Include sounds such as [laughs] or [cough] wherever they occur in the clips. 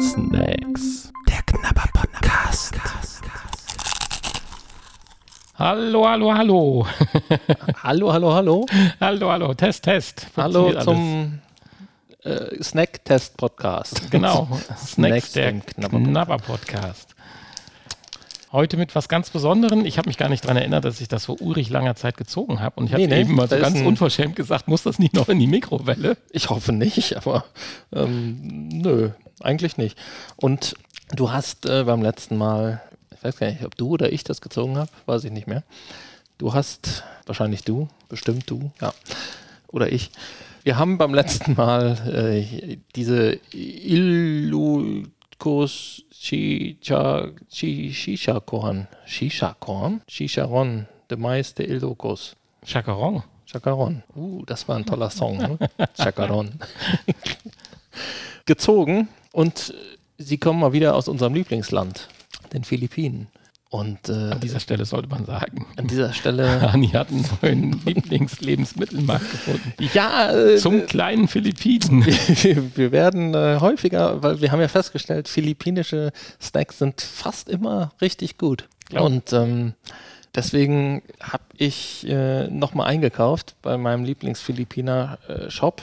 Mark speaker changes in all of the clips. Speaker 1: Snacks. Der Knapper Podcast. Hallo, hallo, hallo.
Speaker 2: Hallo, hallo, hallo.
Speaker 1: hallo, hallo. Test, Test.
Speaker 2: Hallo
Speaker 1: Funktioniert alles.
Speaker 2: zum äh, Snack-Test-Podcast. [laughs]
Speaker 1: Genau. Snacks,
Speaker 2: Snacks
Speaker 1: der
Speaker 2: im Knabber-
Speaker 1: Knapper Podcast. Heute mit was ganz Besonderem. Ich habe mich gar nicht daran erinnert, dass ich das vor urig langer Zeit gezogen habe. Und ich habe
Speaker 2: Nee, nee,
Speaker 1: eben mal so
Speaker 2: da ist
Speaker 1: ganz
Speaker 2: ein-
Speaker 1: unverschämt gesagt, muss das nicht noch in die Mikrowelle?
Speaker 2: Ich hoffe nicht, [laughs] aber ähm, nö, eigentlich nicht. Und du hast äh, beim letzten Mal, ich weiß gar nicht, ob du oder ich das gezogen habe, weiß ich nicht mehr. Du hast, wahrscheinlich du, bestimmt du, ja, oder ich. Wir haben beim letzten Mal äh, diese Ilukos Shisha, Shi- Shishakorn, Shishakorn, Shisharon, de meiste Ilukos.
Speaker 1: Chacaron.
Speaker 2: Chacaron. Uh, das war ein toller Song. Ne? Chacaron. Gezogen und äh, sie kommen mal wieder aus unserem Lieblingsland, den Philippinen. Und äh,
Speaker 1: An dieser Stelle sollte man sagen.
Speaker 2: an dieser
Speaker 1: [laughs]
Speaker 2: Stelle.
Speaker 1: Hani hat einen neuen
Speaker 2: [laughs]
Speaker 1: Lieblingslebensmittelmarkt gefunden.
Speaker 2: Ja, äh,
Speaker 1: Zum kleinen
Speaker 2: [laughs]
Speaker 1: Philippinen.
Speaker 2: wir, wir werden äh, häufiger, weil wir haben ja festgestellt, philippinische Snacks sind fast immer richtig gut.
Speaker 1: Ja.
Speaker 2: Und ähm, deswegen habe ich äh, nochmal eingekauft bei meinem Lieblingsphilippiner äh, Shop,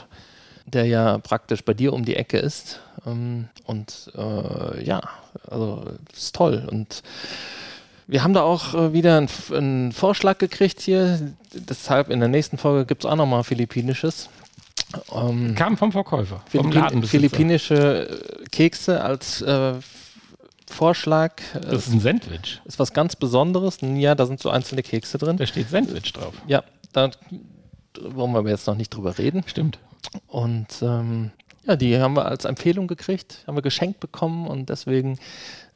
Speaker 2: der ja praktisch bei dir um die Ecke ist. Ähm, und äh, ja, also ist toll. Und wir haben da auch äh, wieder einen, F- einen Vorschlag gekriegt hier. Deshalb in der nächsten Folge gibt es auch nochmal philippinisches. Ähm,
Speaker 1: Kam vom Verkäufer, vom
Speaker 2: Philippin
Speaker 1: Ladenbesitzer.
Speaker 2: philippinische äh, Kekse als äh, F- Vorschlag äh,
Speaker 1: Das ist ein Sandwich.
Speaker 2: ist was ganz Besonderes. Ja, da sind so einzelne Kekse drin.
Speaker 1: Da steht Sandwich drauf.
Speaker 2: Ja, da wollen wir aber jetzt noch nicht drüber reden.
Speaker 1: Stimmt.
Speaker 2: Und ähm, ja, die haben wir als Empfehlung gekriegt, haben wir geschenkt bekommen und deswegen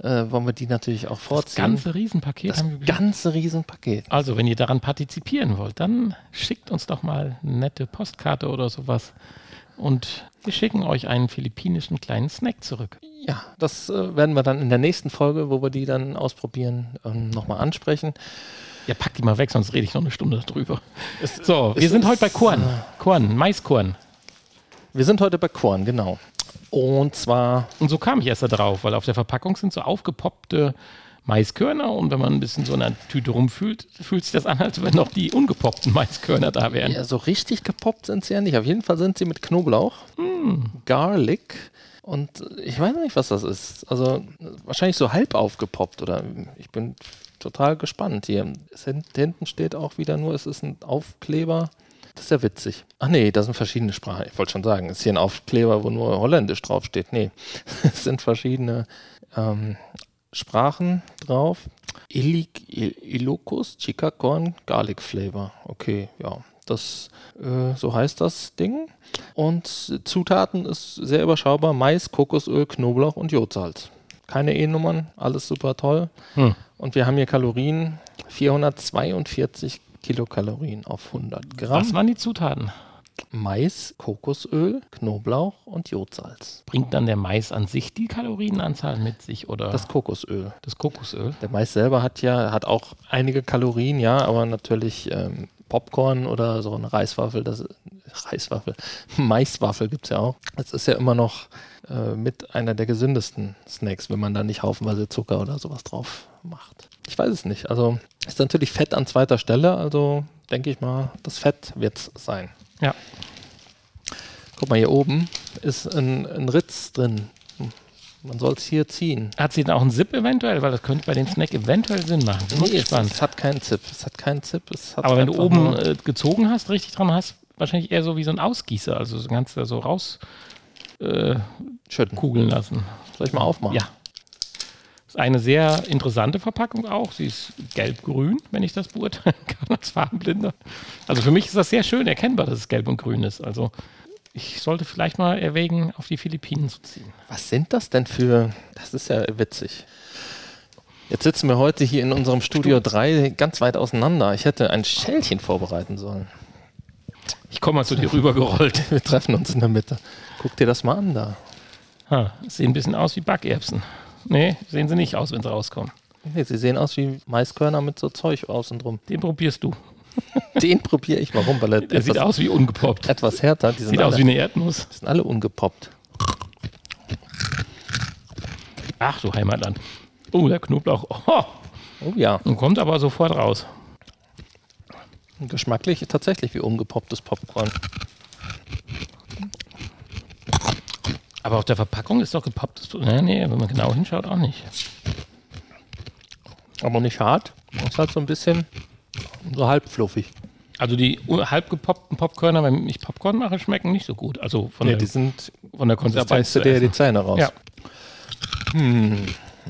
Speaker 2: äh, wollen wir die natürlich auch
Speaker 1: Das
Speaker 2: vorziehen.
Speaker 1: ganze Riesenpaket
Speaker 2: Das
Speaker 1: haben wir geschickt.
Speaker 2: ganze Riesenpaket.
Speaker 1: Also, wenn ihr daran partizipieren wollt, dann schickt uns doch mal eine nette Postkarte oder sowas. Und wir schicken euch einen philippinischen kleinen Snack zurück.
Speaker 2: Ja, das äh, werden wir dann in der nächsten Folge, wo wir die dann ausprobieren, ähm, nochmal ansprechen.
Speaker 1: Ja, pack die mal weg, sonst rede ich noch eine Stunde drüber. So, wir
Speaker 2: es
Speaker 1: sind heute bei
Speaker 2: ist,
Speaker 1: Korn. Korn, Maiskorn.
Speaker 2: Wir sind heute bei Korn, genau. Und zwar
Speaker 1: Und so kam ich erst da drauf, weil auf der Verpackung sind so aufgepoppte Maiskörner und wenn man ein bisschen so in der Tüte rumfühlt, fühlt sich das an, als wenn noch die ungepoppten Maiskörner da wären.
Speaker 2: Ja, so richtig gepoppt sind sie ja nicht. Auf jeden Fall sind sie mit Knoblauch, Garlic und ich weiß nicht, was das ist. Also wahrscheinlich so halb aufgepoppt oder ich bin total gespannt hier. Es hin- hinten steht auch wieder nur, es ist ein Aufkleber. Das ist ja witzig. Ach nee, das sind verschiedene Sprachen. Ich wollte schon sagen, ist hier ein Aufkleber, wo nur Holländisch draufsteht. Nee, [laughs] es sind verschiedene ähm, Sprachen drauf. Ilik, Il- Ilocos Chica Corn Garlic Flavor. Okay, ja. Das, äh, so heißt das Ding. Und Zutaten ist sehr überschaubar. Mais, Kokosöl, Knoblauch und Jodsalz. Keine E-Nummern, alles super toll.
Speaker 1: Hm.
Speaker 2: Und wir haben hier Kalorien, 442 Kilokalorien auf 100
Speaker 1: Was
Speaker 2: Gramm.
Speaker 1: waren die Zutaten?
Speaker 2: Mais, Kokosöl, Knoblauch und Jodsalz.
Speaker 1: Bringt dann der Mais an sich die Kalorienanzahl mit sich oder
Speaker 2: Das Kokosöl.
Speaker 1: das Kokosöl?
Speaker 2: Der Mais selber hat ja, hat auch einige Kalorien, ja, aber natürlich ähm, Popcorn oder so eine Reiswaffel, das Reiswaffel, [laughs] Maiswaffel gibt es ja auch. Das ist ja immer noch äh, mit einer der gesündesten Snacks, wenn man da nicht haufenweise Zucker oder sowas drauf macht. Ich weiß es nicht. Also ist natürlich Fett an zweiter Stelle, also denke ich mal, das Fett wird's sein.
Speaker 1: Ja.
Speaker 2: Guck mal, hier oben ist ein, ein Ritz drin. Hm. Man soll es hier ziehen.
Speaker 1: Hat sie dann auch einen Sip eventuell? Weil das könnte bei dem Snack eventuell Sinn machen. Bin ich
Speaker 2: Nee, es,
Speaker 1: gespannt.
Speaker 2: es hat keinen Zip. Es hat keinen Zip. Es hat
Speaker 1: Aber wenn du
Speaker 2: einfach
Speaker 1: oben
Speaker 2: nur-
Speaker 1: äh, gezogen hast, richtig dran hast, wahrscheinlich eher so wie so ein Ausgießer. Also so ganz da so raus äh,
Speaker 2: Schütten.
Speaker 1: kugeln lassen.
Speaker 2: Soll ich mal aufmachen?
Speaker 1: Ja. Ist eine sehr interessante Verpackung auch. Sie ist gelb-grün, wenn ich das beurteilen [laughs] kann als Farbenblinder. Also für mich ist das sehr schön erkennbar, dass es gelb und grün ist. Also ich sollte vielleicht mal erwägen, auf die Philippinen zu ziehen.
Speaker 2: Was sind das denn für. Das ist ja witzig. Jetzt sitzen wir heute hier in unserem Studio 3 ganz weit auseinander. Ich hätte ein Schälchen vorbereiten sollen.
Speaker 1: Ich komme mal zu dir rübergerollt.
Speaker 2: [laughs] Wir treffen uns in der Mitte. Guck dir das mal an da.
Speaker 1: Ha, sehen ein bisschen aus wie Backerbsen. Nee, sehen sie nicht aus, wenn sie rauskommen.
Speaker 2: Nee, sie sehen aus wie Maiskörner mit so Zeug außen drum.
Speaker 1: Den probierst du.
Speaker 2: Den probiere ich mal rum, weil er
Speaker 1: Der sieht
Speaker 2: etwas,
Speaker 1: aus wie ungepoppt.
Speaker 2: etwas härter. Die sind,
Speaker 1: Sieht
Speaker 2: alle,
Speaker 1: aus wie eine Erdnuss.
Speaker 2: die sind alle ungepoppt.
Speaker 1: Ach du Heimatland. Oh, der Knoblauch. Oh,
Speaker 2: Oh ja.
Speaker 1: und kommt aber sofort raus.
Speaker 2: Geschmacklich tatsächlich wie umgepopptes Popcorn.
Speaker 1: Aber auf der Verpackung ist doch gepopptes. Nee, nee, wenn man genau hinschaut, auch nicht.
Speaker 2: Aber nicht hart. Ist halt so ein bisschen so halb fluffig.
Speaker 1: Also die u- halb gepoppten Popcorner, wenn ich Popcorn mache, schmecken nicht so gut. Also von,
Speaker 2: Ja, die
Speaker 1: der,
Speaker 2: sind,
Speaker 1: von der
Speaker 2: da
Speaker 1: Konsistenz.
Speaker 2: beißt du
Speaker 1: zu
Speaker 2: dir ja die
Speaker 1: essen.
Speaker 2: Zähne raus.
Speaker 1: ja,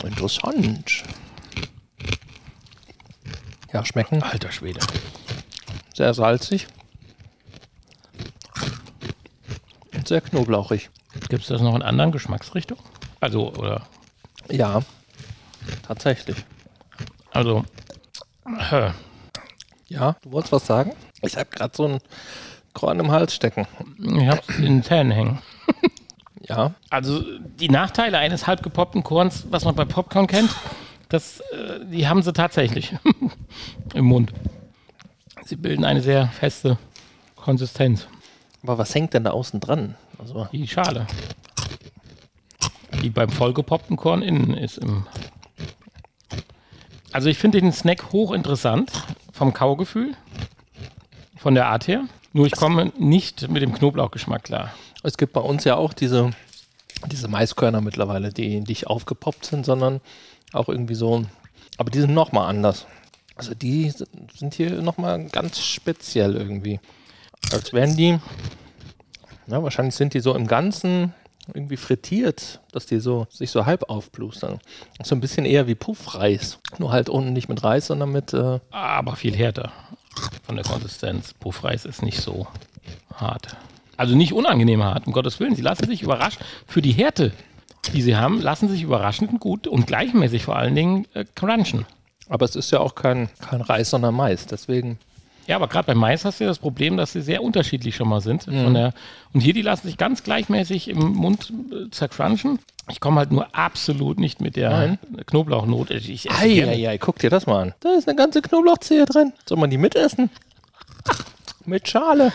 Speaker 2: Interessant. Ja, schmecken
Speaker 1: alter Schwede.
Speaker 2: sehr salzig. Und sehr knoblauchig.
Speaker 1: Gibt es das noch in anderen Geschmacksrichtungen? Also, oder,
Speaker 2: Ja, tatsächlich.
Speaker 1: also, äh,
Speaker 2: Ja, du wolltest was sagen? Ich habe gerade so ein Korn im Hals stecken.
Speaker 1: ich hab's in den Zähnen hängen.
Speaker 2: Ja,
Speaker 1: Also die Nachteile eines halb gepoppten Korns, was man bei Popcorn kennt, das, äh, die haben sie tatsächlich [laughs] im Mund. Sie bilden eine sehr feste Konsistenz.
Speaker 2: aber was hängt denn da außen dran? Also,
Speaker 1: Die Schale, die beim vollgepoppten Korn innen ist. Im also ich finde den Snack hochinteressant vom Kaugefühl, von der Art her. Nur ich komme nicht mit dem Knoblauchgeschmack klar.
Speaker 2: es gibt bei uns ja auch diese, diese Maiskörner mittlerweile, die nicht aufgepoppt sind, sondern auch irgendwie so. Aber die sind nochmal anders. Also die sind sind hier nochmal ganz speziell irgendwie. Als wären die, ja, wahrscheinlich sind die so im Ganzen irgendwie frittiert, dass die so, sich so halb aufblustern. So ein bisschen eher wie Puffreis. Nur halt unten nicht mit Reis, sondern mit äh,
Speaker 1: aber viel härter von der Konsistenz. Puffreis ist nicht so hart. Also nicht unangenehm hart, um Gottes Willen. Sie lassen sich überraschen. Für die Härte, die sie haben, lassen sich überraschend gut und gleichmäßig vor allen Dingen äh, crunchen.
Speaker 2: Aber es ist ja auch kein, kein Reis, sondern Mais. Deswegen,
Speaker 1: Ja, aber gerade beim Mais hast du ja das Problem, dass sie sehr unterschiedlich schon mal sind.
Speaker 2: Mhm.
Speaker 1: Von der, und hier, die lassen sich ganz gleichmäßig im Mund äh, zercrunchen. Ich komme halt nur absolut nicht mit der
Speaker 2: Nein.
Speaker 1: Knoblauchnote. Ich, ich esse gerne.
Speaker 2: ei, guck dir das mal an. Da ist eine ganze Knoblauchzehe drin. Soll man die mitessen? Mit Schale.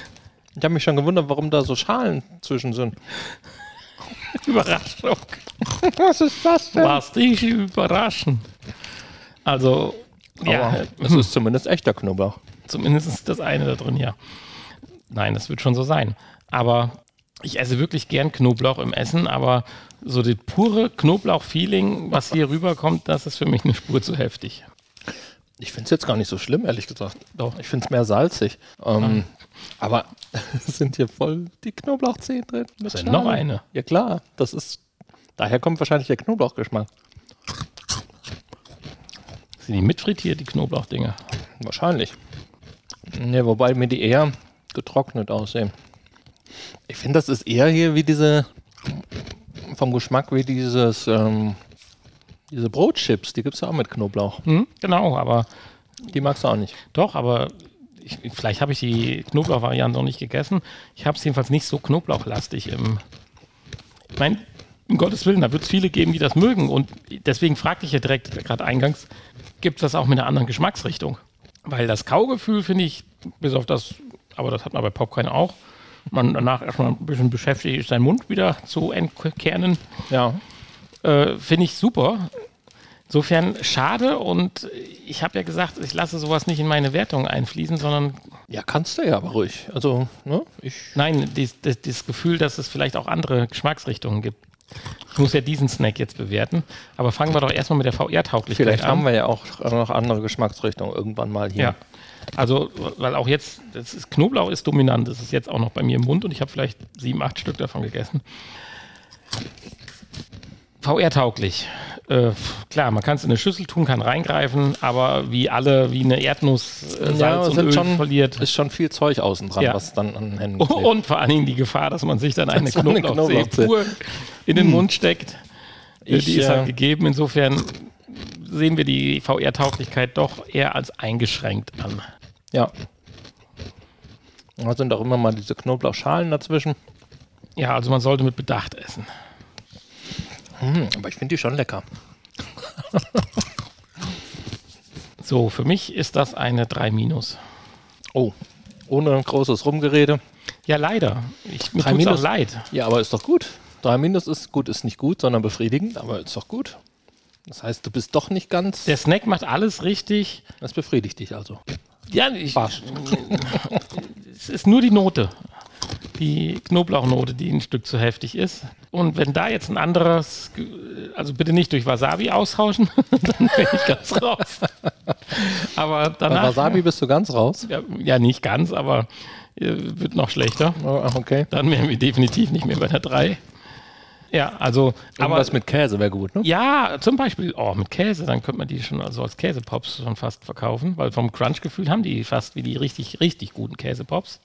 Speaker 2: Ich habe mich schon gewundert, warum da so Schalen zwischen sind.
Speaker 1: [laughs] Überraschung.
Speaker 2: Was ist das
Speaker 1: Lass dich überraschen. Also, ja,
Speaker 2: Aber es ist zumindest echter Knoblauch.
Speaker 1: Zumindest ist das eine da drin, ja. Nein, das wird schon so sein. Aber ich esse wirklich gern Knoblauch im Essen, aber so das pure Knoblauch-Feeling, was hier rüberkommt, das ist für mich eine Spur zu heftig.
Speaker 2: Ich finde es jetzt gar nicht so schlimm, ehrlich gesagt.
Speaker 1: Doch.
Speaker 2: Ich finde es mehr salzig. Ähm, aber [laughs] es sind hier voll die Knoblauchzehen drin. Mit
Speaker 1: Ist ja noch
Speaker 2: Schale.
Speaker 1: eine.
Speaker 2: Ja klar, das ist. Daher kommt wahrscheinlich der Knoblauchgeschmack.
Speaker 1: Sind die mitfrittiert, die Knoblauchdinger?
Speaker 2: Wahrscheinlich. Ne, wobei mir die eher getrocknet aussehen. Ich finde, das ist eher hier wie diese, vom Geschmack wie dieses, ähm, diese Brotchips, die gibt es ja auch mit Knoblauch.
Speaker 1: Hm, genau, aber
Speaker 2: Die magst du auch nicht.
Speaker 1: doch, aber ich, vielleicht habe ich die Knoblauch-Variante noch nicht gegessen. Ich habe es jedenfalls nicht so knoblauchlastig im. Ich meine, um Gottes Willen, da wird es viele geben, die das mögen. Und deswegen fragte ich ja direkt gerade eingangs, gibt es das auch mit einer anderen Geschmacksrichtung? Weil das Kaugefühl finde ich, bis auf das, aber das hat man bei Popcorn auch, man danach erstmal ein bisschen beschäftigt ist, seinen Mund wieder zu entkernen
Speaker 2: Ja.
Speaker 1: äh, finde ich super. Insofern schade und ich habe ja gesagt, ich lasse sowas nicht in meine Wertung einfließen, sondern
Speaker 2: Ja, kannst du ja aber ruhig. Also, ne, ich.
Speaker 1: nein, dies, dies, dieses Gefühl, dass es vielleicht auch andere Geschmacksrichtungen gibt. Ich muss ja diesen Snack jetzt bewerten, aber fangen wir doch erstmal mit der VR-Tauglichkeit an.
Speaker 2: Vielleicht haben wir ja auch noch andere Geschmacksrichtungen irgendwann mal hier.
Speaker 1: Ja. Also, weil auch jetzt, das ist, Knoblauch ist dominant, das ist jetzt auch noch bei mir im Mund und ich habe vielleicht sieben, acht Stück davon gegessen. VR-tauglich. Äh, pf, klar, man kann es in eine Schüssel tun, kann reingreifen, aber wie alle, wie eine Erdnuss äh, Salz
Speaker 2: Ja,
Speaker 1: und
Speaker 2: sind
Speaker 1: Öl
Speaker 2: schon-
Speaker 1: verliert.
Speaker 2: Ist schon viel Zeug außen dran,
Speaker 1: Ja.
Speaker 2: was dann an den Händen klebt.
Speaker 1: [laughs] Und vor allen Dingen die Gefahr, dass man sich dann eine
Speaker 2: Dass man eine
Speaker 1: Knoblauchzehe
Speaker 2: Knoblauchzehe-
Speaker 1: pur in den Mund steckt. Äh,
Speaker 2: Ich,
Speaker 1: die ist halt
Speaker 2: äh,
Speaker 1: gegeben. Insofern sehen wir die VR-Tauglichkeit doch eher als eingeschränkt an.
Speaker 2: Ja. Da sind auch immer mal diese Knoblauchschalen dazwischen.
Speaker 1: Ja, also man sollte mit Bedacht essen.
Speaker 2: Aber ich finde die schon lecker.
Speaker 1: So, für mich ist das eine 3 minus.
Speaker 2: Oh, ohne großes Rumgerede.
Speaker 1: Ja, leider. Ich, mir
Speaker 2: Drei
Speaker 1: tut's auch
Speaker 2: Minus?
Speaker 1: leid.
Speaker 2: Ja, aber ist doch gut. 3 minus ist gut, ist nicht gut, sondern befriedigend, aber ist doch gut. Das heißt, du bist doch nicht ganz.
Speaker 1: Der Snack macht alles richtig.
Speaker 2: Das befriedigt dich also.
Speaker 1: Ja, ich,
Speaker 2: Passt.
Speaker 1: es ist nur die Note. Die Knoblauchnote, die ein Stück zu heftig ist. Und wenn da jetzt ein anderes, ge- also bitte nicht durch Wasabi austauschen, [laughs] dann bin ich ganz raus. Aber
Speaker 2: Bei
Speaker 1: danach.
Speaker 2: Wasabi bist du ganz raus.
Speaker 1: Ja, ja, nicht ganz, aber äh, wird noch schlechter.
Speaker 2: Oh, okay.
Speaker 1: Dann wären wir definitiv nicht mehr bei der 3. Ja, also, aber
Speaker 2: Irgendwas mit Käse wäre gut, ne?
Speaker 1: ja, zum Beispiel, oh, mit Käse, dann könnte man die schon also als Käsepops schon fast verkaufen, weil vom Crunch-Gefühl haben die fast wie die richtig, richtig guten Käsepops.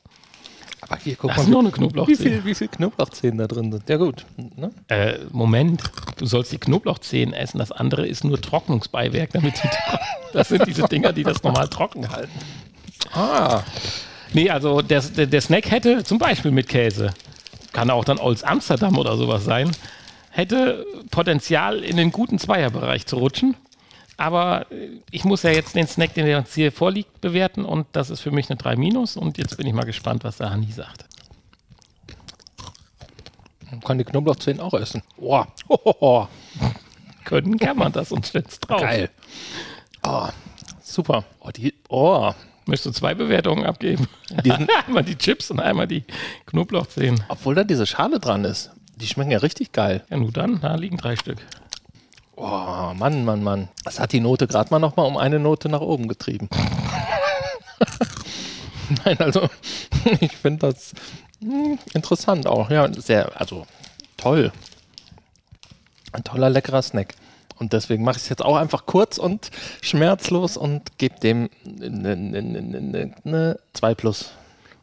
Speaker 2: Aber hier, guck
Speaker 1: Das ist nur eine Knoblauchzehe.
Speaker 2: wie viel, wie viel Knoblauchzehen da drin sind. Ja, gut. Ne?
Speaker 1: Äh, Moment, du sollst die Knoblauchzehen essen, das andere ist nur Trocknungsbeiwerk, damit die Das sind diese Dinger, die das normal trocken halten.
Speaker 2: Ah,
Speaker 1: Nee, also der, der, der Snack hätte zum Beispiel mit Käse, kann auch dann Olds Amsterdam oder sowas sein, hätte Potenzial in den guten Zweierbereich zu rutschen. Aber äh, ich muss ja jetzt den Snack, den wir uns hier vorliegt, bewerten und das ist für mich eine 3 Minus und jetzt bin ich mal gespannt, was der Hani sagt.
Speaker 2: man kann die Knoblauchzehen auch essen. Boah. Hohoho.
Speaker 1: Können kann man das und steht's drauf.
Speaker 2: Geil. Ah, super. Oh, die, oh.
Speaker 1: Möchtest du zwei Bewertungen abgeben? [laughs]
Speaker 2: Die sind-
Speaker 1: einmal die Chips und einmal die Knoblauchzehen.
Speaker 2: Obwohl da diese Schale dran ist. Die schmecken ja richtig geil.
Speaker 1: Ja, nun dann, da liegen drei Stück.
Speaker 2: Oh, Mann, Mann, Mann. Das hat die Note gerade mal nochmal um eine Note nach oben getrieben. [laughs] Nein, also [laughs] ich finde das hm, interessant auch. Ja, sehr, also toll. Ein toller, leckerer Snack. Und deswegen mache ich es jetzt auch einfach kurz und schmerzlos und gebe dem eine ne, ne, ne, ne, ne 2 plus.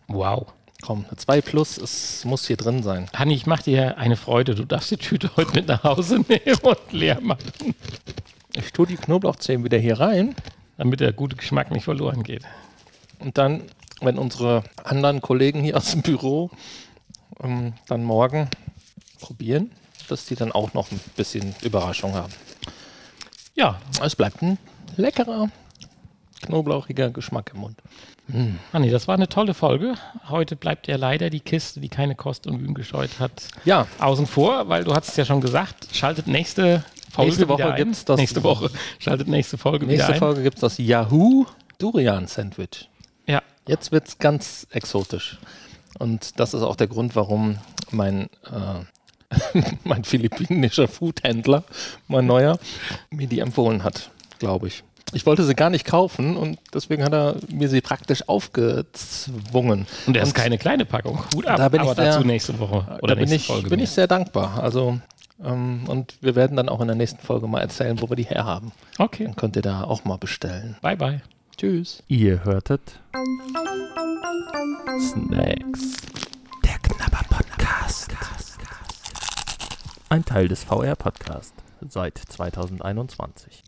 Speaker 1: Wow.
Speaker 2: Komm, eine 2 plus, es muss hier drin sein.
Speaker 1: Hanni, ich mache dir eine Freude. Du darfst die Tüte [laughs] heute mit nach Hause nehmen und leer machen,
Speaker 2: Ich tue die Knoblauchzehen wieder hier rein.
Speaker 1: damit der gute Geschmack nicht verloren geht.
Speaker 2: Und dann, wenn unsere anderen Kollegen hier aus dem Büro ähm, dann morgen probieren, dass die dann auch noch ein bisschen Überraschung haben.
Speaker 1: Ja,
Speaker 2: Es bleibt ein leckerer, knoblauchiger Geschmack im Mund.
Speaker 1: Hanni, das war eine tolle Folge. Heute bleibt ja leider die Kiste, die keine Kosten und Mühen gescheut hat,
Speaker 2: Ja,
Speaker 1: außen vor, weil du hast es ja schon gesagt, schaltet nächste Folge
Speaker 2: Nächste Woche
Speaker 1: wieder ein.
Speaker 2: gibt's das-
Speaker 1: Nächste Woche. Schaltet nächste Folge
Speaker 2: nächste
Speaker 1: wieder
Speaker 2: Folge gibt es das Yahoo Durian Sandwich.
Speaker 1: ein. Ja,
Speaker 2: Jetzt wird es ganz exotisch. Und das ist auch der Grund, warum mein, äh, [laughs] mein philippinischer Foodhändler, mein neuer, mir die empfohlen hat, glaube ich. Ich wollte sie gar nicht kaufen und deswegen hat er mir sie praktisch aufgezwungen.
Speaker 1: und das ist keine kleine Packung. Gut ab,
Speaker 2: Da bin ich
Speaker 1: aber dazu
Speaker 2: sehr-
Speaker 1: nächste Woche oder
Speaker 2: da bin
Speaker 1: nächste
Speaker 2: ich,
Speaker 1: Folge.
Speaker 2: bin
Speaker 1: mehr.
Speaker 2: ich sehr dankbar. Also, ähm, und wir werden dann auch in der nächsten Folge mal erzählen, wo wir die herhaben.
Speaker 1: Okay,
Speaker 2: Dann könnt ihr da auch mal bestellen.
Speaker 1: bye bye.
Speaker 2: Tschüss.
Speaker 3: Ihr hörtet Snacks. Der Knapper Podcast. Ein Teil des VR Podcast seit 2021.